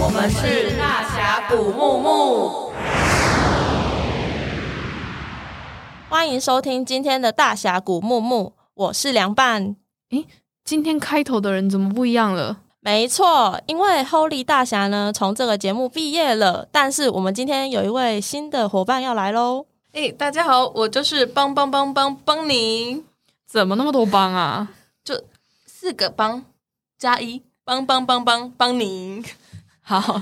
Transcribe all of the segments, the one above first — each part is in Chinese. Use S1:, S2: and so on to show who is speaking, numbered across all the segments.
S1: 我们是大峡谷木木，欢迎收听今天的大峡谷木木，我是凉拌。
S2: 今天开头的人怎么不一样了？
S1: 没错，因为 Holy 大侠呢从这个节目毕业了，但是我们今天有一位新的伙伴要来喽。
S3: 哎、大家好，我就是帮帮帮帮帮你
S2: 怎么那么多帮啊？
S3: 四个帮加一帮帮帮帮帮你。
S2: 好，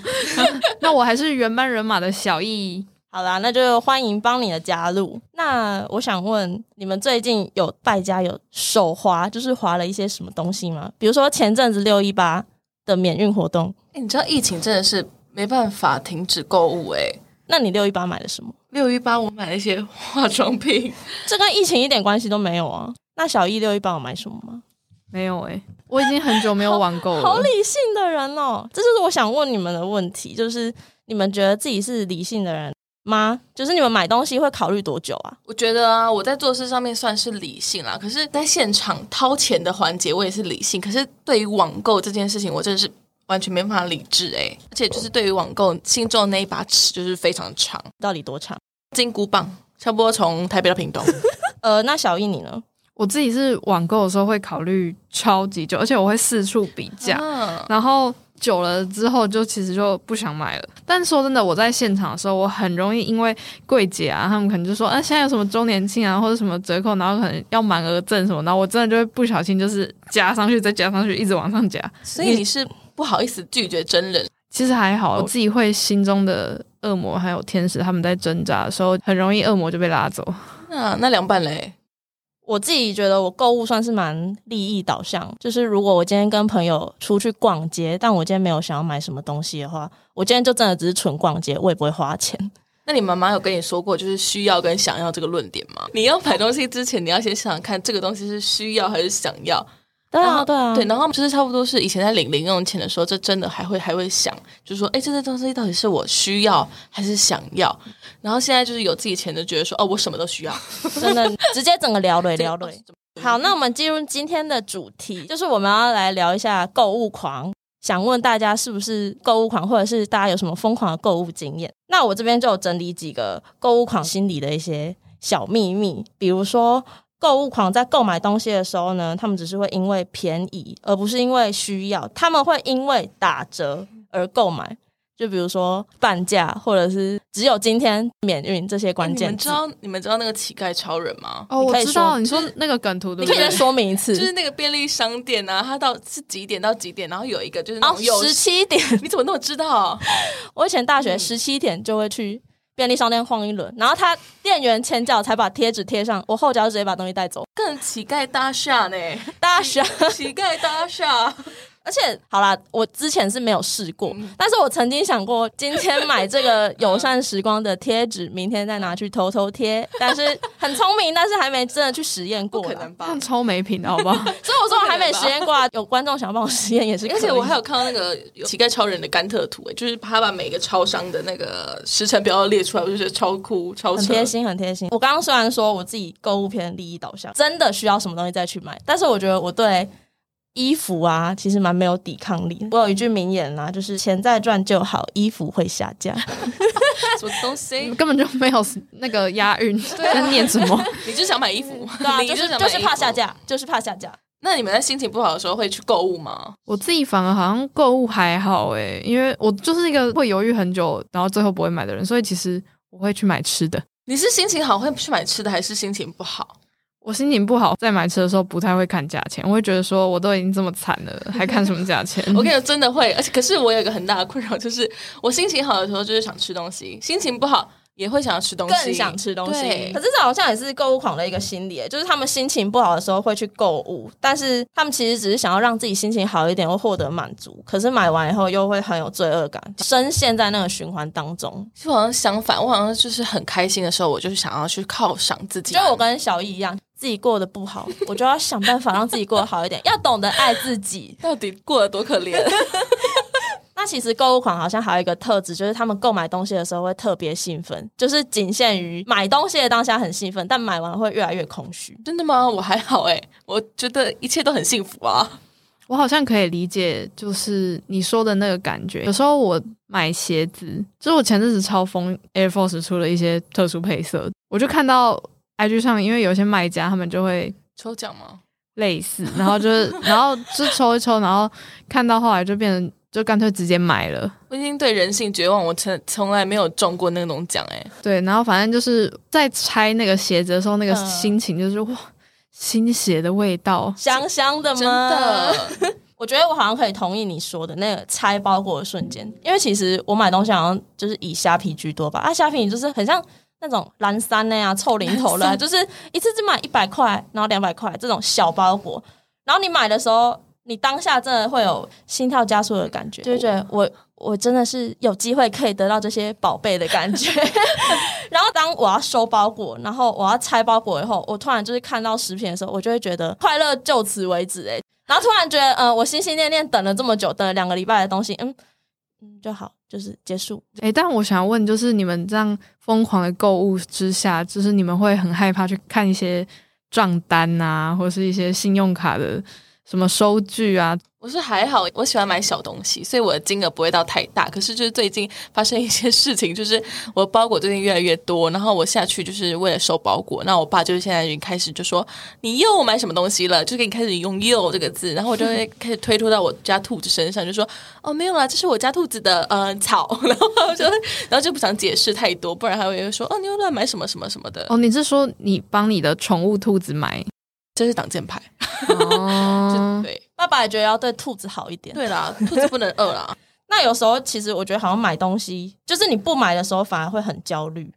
S2: 那我还是原班人马的小易。
S1: 好啦，那就欢迎帮你的加入。那我想问，你们最近有败家有手滑，就是滑了一些什么东西吗？比如说前阵子六一八的免运活动，
S3: 哎、你知道疫情真的是没办法停止购物哎、
S1: 那你六一八买了什么？
S3: 六一八我买了一些化妆品，
S1: 这跟疫情一点关系都没有啊。那小易六一八有买什么吗？
S2: 没有诶、我已经很久没有网 购
S1: 好
S2: 了。
S1: 理性的人哦，这就是我想问你们的问题，就是你们觉得自己是理性的人吗？就是你们买东西会考虑多久啊？
S3: 我觉得啊，我在做事上面算是理性啦，可是在现场掏钱的环节我也是理性，可是对于网购这件事情，我真的是完全没办法理智哎、而且就是对于网购心中的那一把尺就是非常长，
S1: 到底多长？
S3: 金箍棒差不多从台北到屏东。
S1: 呃，那小易你呢？
S2: 我自己是网购的时候会考虑超级久，而且我会四处比价，
S3: 嗯
S2: 然后久了之后就其实就不想买了。但说真的，我在现场的时候，我很容易因为柜姐啊，他们可能就说，啊，现在有什么周年庆啊，或者什么折扣，然后可能要满额赠什么，然后我真的就会不小心就是加上去，再加上去，一直往上加。
S3: 所以你是不好意思拒绝真人，
S2: 其实还好，我自己会心中的恶魔还有天使他们在挣扎的时候，很容易恶魔就被拉走。
S3: 那那凉拌嘞？
S1: 我自己觉得我购物算是蛮利益导向，就是如果我今天跟朋友出去逛街，但我今天没有想要买什么东西的话，我今天就真的只是纯逛街，我也不会花钱。
S3: 那你妈妈有跟你说过就是需要跟想要这个论点吗？你要买东西之前，你要先想想看这个东西是需要还是想要。
S1: 对
S3: 然后
S1: 啊，对啊，
S3: 对，然后就是差不多是以前在领零用钱的时候，这真的还会还会想，就是说，哎，这些东西到底是我需要还是想要？然后现在就是有自己钱就觉得说，哦，我什么都需要。
S1: 真的直接整个聊累 聊累。
S3: 对，
S1: 好，
S3: 哎
S1: 那我们进入今天的主题，就是我们要来聊一下购物狂。想问大家是不是购物狂，或者是大家有什么疯狂的购物经验？那我这边就有整理几个购物狂心里的一些小秘密，比如说购物狂在购买东西的时候呢，他们只是会因为便宜，而不是因为需要，他们会因为打折而购买。就比如说半价，或者是只有今天免运这些关
S3: 哎你
S1: 键
S3: 们
S1: 字
S3: 知，道你们知道那个乞丐超人吗？
S2: 哦，
S1: 你
S2: 我
S1: 可以
S2: 知道
S1: 说
S2: 你说那个梗图 对
S1: 你
S2: 不
S1: 可以再
S2: 对？
S1: 说明一次，
S3: 就是那个便利商店啊，它到是几点到几点，然后有一个就是那
S1: 哦
S3: 种有，
S1: 十七点，
S3: 你怎么那么 知道？
S1: 我以前大
S3: 嗯
S1: 学十七点就会去便利商店晃一轮，然后他店员前脚才把贴纸贴上，我后脚就直接把东西带走。
S3: 更乞丐哎大厦呢？
S1: 大学，
S3: 乞丐大厦，
S1: 而且好啦，我之前是没有试过，
S3: 嗯
S1: 但是我曾经想过，今天买这个友善时光的贴纸，明天再拿去偷偷 贴。但是很聪明，但是还没真的去实验
S3: 不
S1: 过
S3: 可
S1: 啦
S3: 能。吧
S2: 像？超没品的好不 好？
S1: 所以我说我还没
S3: 不可能吧
S1: 实验过啊，有观众想帮我实验也是可以。
S3: 而且我还有看到那个乞丐超人的甘特图、诶，就是他把每个超商的那个时辰表都列出来，我就觉得超酷、超
S1: 很
S3: 扯
S1: 贴。 心，很贴心。我刚刚虽然说我自己购物偏利益导向，真的需要什么东西再去买，但是我觉得我对衣服啊，其实蛮没有抵抗力的。我有一句名言啦、就是钱再赚就好，衣服会下 架。
S3: 什么东西？
S2: 根本就没有那个押韵，
S1: 啊
S2: 在念什 么？
S3: 你就想买衣服？
S1: 对啊，
S3: 你
S1: 就是
S3: 想买
S1: 就
S3: 衣服
S1: 是怕下。架，就是怕下架。
S3: 那你们在心情不好的时候会去购物吗？
S2: 我自己反而好像购物还好诶、因为我就是一个会犹豫很久，然后最后不会买的人，所以其实我会去买吃的。
S3: 你是心情好会去买吃的，还是心情不好？
S2: 我心情不好，在买吃的时候不太会看价钱，我会觉得说我都已经这么惨了，还看什么价钱？
S1: 嗯
S3: 我跟你说，真的会。而且，可是我有一个很大的困扰，就是我心情好的时候就是想吃东西，心情不好也会想要吃东西，
S1: 更想吃东西
S3: 对。
S1: 可是这好像也是购物狂的一个心理耶，欸就是他们心情不好的时候会去购物，但是他们其实只是想要让自己心情好一点，或获得满足。可是买完以后又会很有罪恶感，深陷在那个循环当中。
S3: 其实我好像相反，我好像就是很开心的时候，我就是想要去犒赏自己。
S1: 就我跟小易一样，自己过得不好，我就要想办法让自己过得好一点，要懂得爱自己。
S3: 到底过得多可 怜？
S1: 那其实购物狂好像还有一个特质，就是他们购买东西的时候会特别兴奋，就是仅限于买东西的当下很兴奋，但买完会越来越空虚。
S3: 欸真的吗？我还好哎、我觉得一切都很幸福啊。
S2: 我好像可以理解，就是你说的那个感觉。有时候我买鞋子，就是我前阵子超疯 Air Force 出了一些特殊配色，我就看到 IG 上，因为有些卖家他们就会
S3: 抽奖吗？
S2: 类似，然后就是，然后就抽一抽，然后看到后来就变成，就干脆直接买了。
S3: 我已经对人性绝望，我从从来没有中过那种奖哎、
S2: 对，然后反正就是在拆那个鞋子的时候，那个
S1: 嗯
S2: 心情就是、哇，新鞋的味道。
S1: 香香的吗？
S3: 真的。
S1: 我觉得我好像可以同意你说的那个拆包裹的瞬间，因为其实我买东西好像就是以虾皮居多吧。啊，虾皮你就是很像那种蓝山那样、臭零头 了，就是一次只买一百块，然后两百块这种小包裹，然后你买的时候，你当下真的会有心跳加速的感觉，就会觉得我我真的是有机会可以得到这些宝贝的感 觉。然后当我要收包裹，然后我要拆包裹以后，我突然就是看到食品的时候，我就会觉得快乐就此为止、欸，然后突然觉得，呃，我心心念念等了这么久，等了两个礼拜的东西，嗯嗯，就好，就是结束。
S2: 诶，但我想问，就是你们这样疯狂的购物之下，就是你们会很害怕去看一些账单啊，或是一些信用卡的什么收据啊？
S3: 我是还好，我喜欢买小东西，所以我的金额不会到太大。可是就是最近发生一些事情，就是我的包裹最近越来越多，然后我下去就是为了收包裹。那我爸就是现在已经开始就说你又买什么东西了，就给你开始用“又”这个字，然后我就会开始推脱到我家兔子身上，就说哦没有啦，这是我家兔子的呃草， 然后我就然后就不想解释太多，不然还会说哦你又乱买什么什么什么的，
S2: 哦，你是说你帮你的宠物兔子买？
S3: 这是挡箭牌，
S2: 哦
S3: 就，对
S1: 爸爸也觉得要对兔子好一点。
S3: 对啦，兔子不能饿啦。
S1: 那有时候其实我觉得好像买东西，就是你不买的时候反而会很焦虑，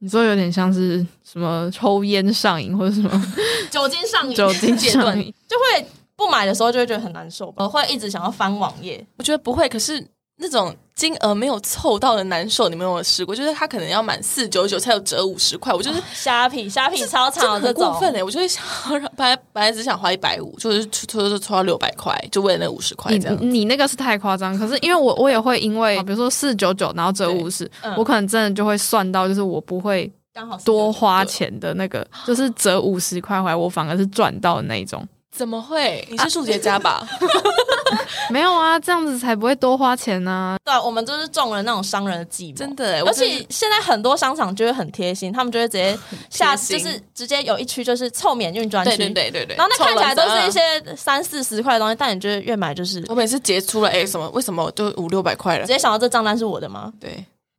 S2: 你说有点像是什么抽烟上瘾或者什么
S1: 酒精上瘾，
S2: 酒精
S3: 戒断
S2: 上瘾？
S1: 就会不买的时候就会觉得很难受吧，我会一直想要翻网页。
S3: 我觉得不会，可是那种金额没有凑到的难受，你们有没有试过？就是他可能要满四九九才有折五十块，我就是
S1: 虾皮虾皮超
S3: 真的
S1: 长
S3: 很
S1: 哦这种
S3: 过，分哎、 我就会想要让，本来本来只想花一百五，就是抽抽抽到六百块，就为了那五十块
S2: 你
S3: 这
S1: 嗯
S3: 样。
S2: 你那个是太夸张，可是因为我我也会因为比如说四九九，然后折
S3: 对
S2: 五十、
S1: 嗯
S2: 我可能真的就会算到，就是我不会
S1: 刚好是
S2: 多花钱的那个，就是折五十块回来，我反而是赚到的那一 种。
S3: 怎么会？你是数学家
S1: 啊
S3: 吧？
S2: 没有啊，这样子才不会多花钱呢、
S1: 对啊，我们就是中了那种商人的计谋，
S3: 真的、 欸，我
S1: 而
S3: 真的
S1: 且现在很多商场就会很贴心，他们就会直接下，
S3: 贴
S1: 就
S3: 心
S1: 是直接有一区就是凑免运专区，
S3: 对对对对对，
S1: 然后那看起来都是一
S3: 凑了。
S1: 些三四十块的东西，但你觉得越买就是直
S3: 我每次结出来，哎、什么？为什么我就五六百块了？
S1: 接想到这账单是我的吗？
S3: 对，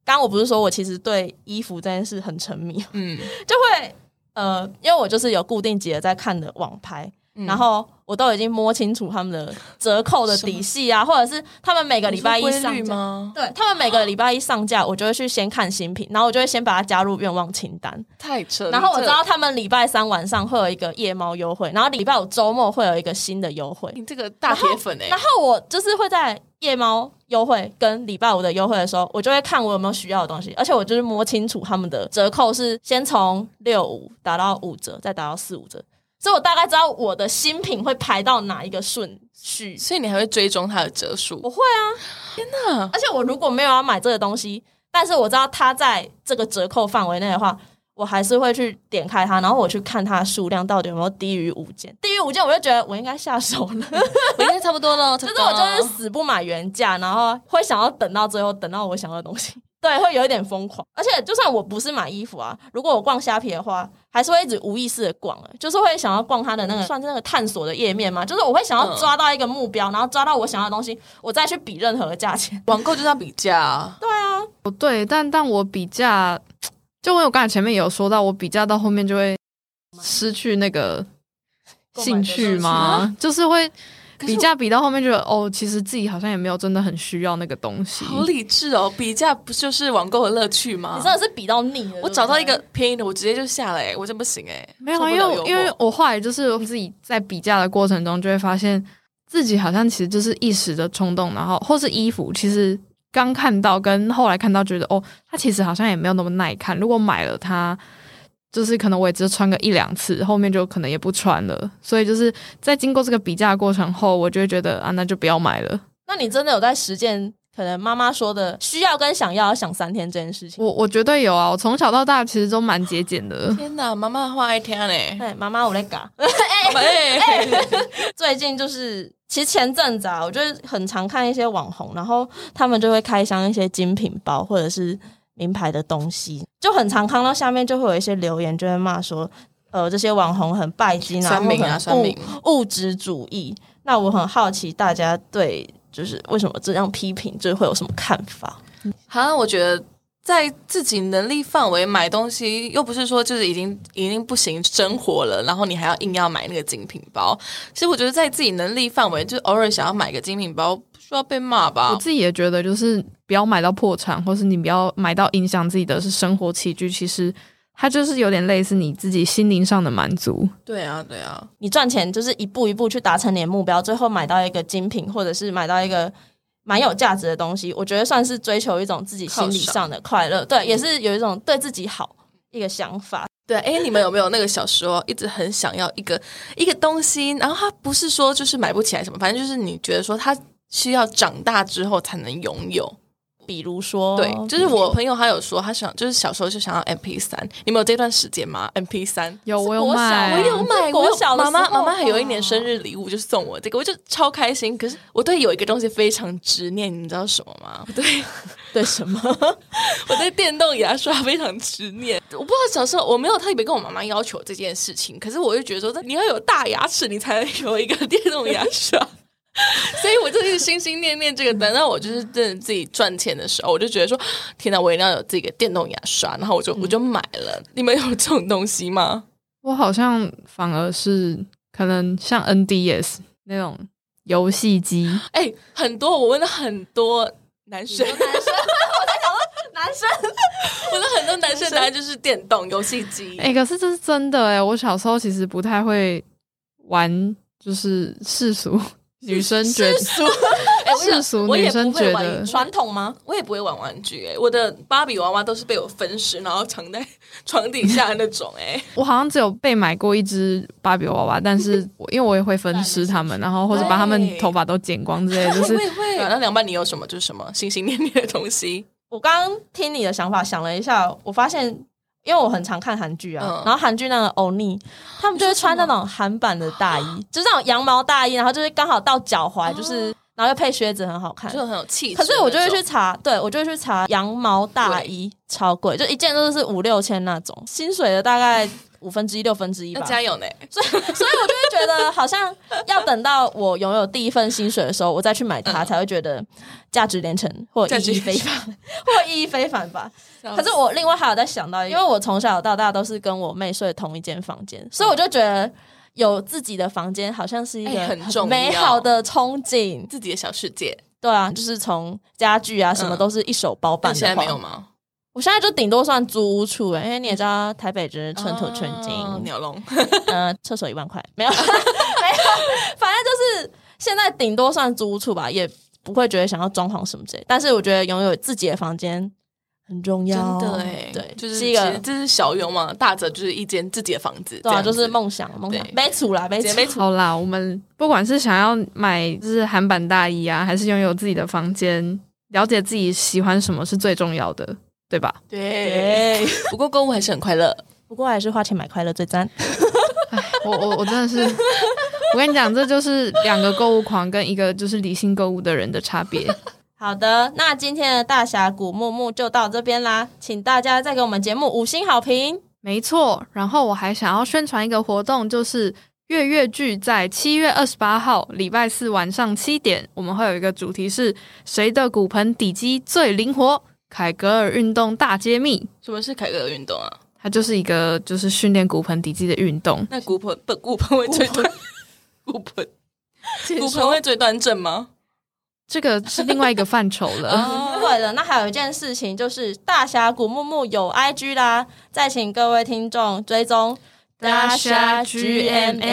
S1: 刚刚我不是说我其实对衣服这件事很沉迷，
S3: 嗯，
S1: 就会呃，因为我就是有固定几个在看的网拍。
S3: 嗯
S1: 然后我都已经摸清楚他们的折扣的底细啊，或者是他们每个礼拜一
S3: 你说规律
S1: 上架，
S3: 吗？
S1: 对他们每个礼拜一上架，我就会去先看新品，然后我就会先把它加入愿望清单，
S3: 太扯了。
S1: 然后我
S3: 呃这
S1: 知道他们礼拜三晚上会有一个夜猫优惠，然后礼拜五周末会有一个新的优惠。
S3: 你这个大铁粉哎、
S1: 然后我就是会在夜猫优惠跟礼拜五的优惠的时候，我就会看我有没有需要的东西，而且我就是摸清楚他们的折扣是先从六五打到五折，再打到四五折，所以我大概知道我的新品会排到哪一个顺序。
S3: 所以你还会追踪他的折数
S1: 我？会啊，天哪！而且我如果没有要买这个东西，但是我知道它在这个折扣范围内的话，我还是会去点开它，然后我去看它的数量到底有没有低于五件。低于五件，我就觉得我应该下手了。
S3: 我应该差不多了，就
S1: 就是我就是死不买原价，然后会想要等到最后，等到我想要的东西。 对，会有一点疯狂，而且就算我不是买衣服啊，如果我逛虾皮的话，还是会一直无意识的逛、欸，就是会想要逛它的那个算是那个探索的页面嘛，就是我会想要
S3: 嗯
S1: 抓到一个目标，然后抓到我想要的东西，我再去比任何的价钱。
S3: 网购就是要比价、啊，
S1: 对啊，
S2: 不哦对，但但我比价，就我有刚才前面也有说到，我比价到后面就会失去那个兴趣 吗？就是会
S3: 可是
S2: 比价比到后面觉得哦，其实自己好像也没有真的很需要那个东西。
S3: 好理智哦！比价不就是网购的乐趣吗？
S1: 你真的是比到腻了。
S3: 啊我
S1: 对不对
S3: 找到一个，便宜的，我直接就下了、欸，我真不行哎、
S2: 没有
S3: 受
S2: 啊，
S3: 不
S2: 因为
S3: 了
S2: 我
S3: 诱惑
S2: 因为我后来就是自己在比价的过程中，就会发现自己好像其实就是一时的冲动，然后或是衣服，其实刚看到跟后来看到，觉得哦，它其实好像也没有那么耐看。如果买了它，就是可能我也只穿个一两次，后面就可能也不穿了。所以就是在经过这个比价的过程后，我就会觉得啊，那就不要买了。
S1: 那你真的有在实践？可能妈妈说的需要跟想要要想三天这件事情。
S2: 我我绝对有啊，我从小到大其实都蛮节俭的。
S3: 天啊哪，妈妈的话爱听嘞、
S1: 对，妈妈我在嘎。
S3: 哎欸，哎、
S1: 最近就是其实前阵子啊，我就是很常看一些网红，然后他们就会开箱一些精品包或者是名牌的东西，就很常看到下面就会有一些留言，就会骂说，呃，这些网红很拜金啊，
S3: 酸民
S1: 然
S3: 啊，
S1: 后
S3: 酸
S1: 很
S3: 民
S1: 物，物质主义。那我很好奇大家对就是为什么这样批评，就是会有什么看法？
S3: 好像我觉得在自己能力范围买东西，又不是说就是已经已经不行生活了，然后你还要硬要买那个精品包。其实我觉得在自己能力范围，就偶尔想要买个精品包，不需要被骂
S2: 我
S3: 吧。
S2: 自己也觉得，就是不要买到破产，或是你不要买到影响自己的是生活起居。其实它就是有点类似你自己心灵上的满足。
S3: 对啊，对啊，
S1: 你赚钱就是一步一步去达成你的目标，最后买到一个精品，或者是买到一个蛮有价值的东西，我觉得算是追求一种自己心理上的快乐，对，也是有一种对自己好一个想法。
S3: 对，哎，你们有没有那个小时候一直很想要一个一个东西，然后它不是说就是买不起来什么，反正就是你觉得说它需要长大之后才能拥有。
S1: 比如说，
S3: 对，就是我朋友他有说他想，就是小时候就想要 MP 三，你们有这段时间吗？MP 三。嗯
S2: 有，我有
S1: 国小
S2: 买，
S1: 我
S3: 我有买，
S1: 国小的
S3: 妈妈
S1: 时候
S3: 妈妈还有一
S1: 吧
S3: 年生日礼物就送我这个，我就超开心。可是我对有一个东西非常执念，你知道什么吗？我对
S1: 对什么？
S3: 我对电动牙刷非常执念。我不知道小时候我没有特别跟我妈妈要求这件事情，可是我就觉得说你要有大牙齿，你才能有一个电动牙刷。 所以我就是心心念念这个，等到我就是真的自己赚钱的时候，我就觉得说，天哪，我一定要有自己的电动牙刷，然后我就我就买了。你们有这种东西吗？
S2: 我好像反而是可能像 NDS 那种游戏机，
S3: 哎、很多，我问了很多男生，
S1: 男生
S3: 我 问了很多男生，答案就是电动游戏机。
S2: 哎、可是这是真的哎、我小时候其实不太会玩，就是世 俗女生觉得
S3: 哎我跟你讲
S2: 世俗
S3: 我也
S2: 女生
S3: 不会
S2: 觉
S3: 玩
S2: 得
S1: 传统吗？
S3: 我也不会玩玩具、哎，我的芭比娃娃都是被我分尸，然后藏在床底下那种、 哎，
S2: 我好像只有被买过一只芭比娃娃，但 是我因为我也会分尸他们，然后或者把他们
S3: 对
S2: 头发都剪光之类 的，就是
S3: 会会。那凉拌你有什么就是什么心心念念的东西？
S1: 我刚刚听你的想法，想了一下，我发现，因为我很常看韩剧啊，
S3: 嗯
S1: 然后韩剧那个欧尼，他们就会穿那种韩版的大衣，就是那种羊毛大衣，然后就是刚好到脚踝，就是、
S3: 哦
S1: 然后又配靴子，很好看
S3: 就。啊很有气质
S1: 可
S3: 那种。
S1: 是我就会去查，对我就会去查羊毛大衣，超贵，就一件都是五六千那种，薪水的大概五分之一、六分之一
S3: 要
S1: 吧。
S3: 加油呢、
S1: 所以，所以我就会觉得，好像要等到我拥有第一份薪水的时候，我再去买它，才会觉得价值连城或
S3: 嗯价
S1: 意
S3: 值
S1: 义非
S3: 连哦
S1: 凡，或意义非凡吧。可
S3: 可
S1: 是我另外还有在想
S3: 嗯
S1: 到一个，因为我从小到大都是跟我妹睡同一间房间，所以我就觉得有自己的房间好像是一
S3: 哎
S1: 个
S3: 很重要
S1: 美好的憧憬。
S3: 自己的小世界，
S1: 对啊，就是从家具啊什么
S3: 嗯
S1: 都是一手包办
S3: 但
S1: 的。
S3: 现在没有？吗？
S1: 我现在就顶多算租屋处、欸，因为你也知道台北真是寸土寸金。
S3: 嗯哦鸟笼。
S1: 呃，厕所一万块，没有，没 有，反正就是现在顶多算租屋处吧，也不会觉得想要装潢什么之类。但是我觉得拥有自己的房间很重要，
S3: 真的哎，
S1: 对，、
S3: 就是是
S1: 一
S3: 其实
S1: 个
S3: 这是小勇嘛，大则就是一间自己的房子，
S1: 对啊，
S3: 这样子
S1: 就是梦想，梦想
S3: 对
S1: 没处啦，没
S3: 姐
S1: 处
S3: 妹。图
S2: 好啦，我们不管是想要买就是韩版大衣啊，还是拥有自己的房间，了解自己喜欢什么是最重要的，对吧？
S3: 对。
S1: 对，
S3: 不过购物还是很快乐，
S1: 不过还是花钱买快乐最赞。
S2: 我我我真的是， 我跟你讲，这就是两个购物狂跟一个就是理性购物的人的差别。
S1: 好的，那今天的大峡谷木木就到这边啦，请大家再给我们节目五星好评。
S2: 没错，然后我还想要宣传一个活动，就是月月剧在七月二十八号礼拜四晚上七点，我们会有一个主题是谁的骨盆底肌最灵活？凯格尔运动大揭秘。
S3: 什么是凯格尔运动啊？
S2: 它就是一个就是训练骨盆底肌的运 动，
S3: 那骨盆不骨盆会最端， 骨盆骨盆会最端正吗？
S2: 这个是另外一个范畴了。
S3: 哦
S1: 对的，那还有一件事情就是大峡谷木木有 IG 啦，再请各位听众追踪大峡 GMM。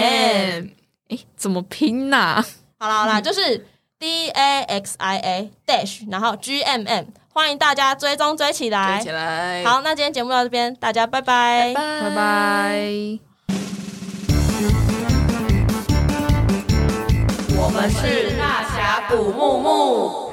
S2: 哎，怎么拼呐、
S1: 好啦好
S3: 嗯
S1: 啦，就是 D A X I A dash，然后 G M M，欢迎大家追踪追起来。
S3: 站起来，，
S1: 好，那今天节目到这边，大家拜
S3: 拜
S2: 拜拜。
S1: 我们是大峡谷木木。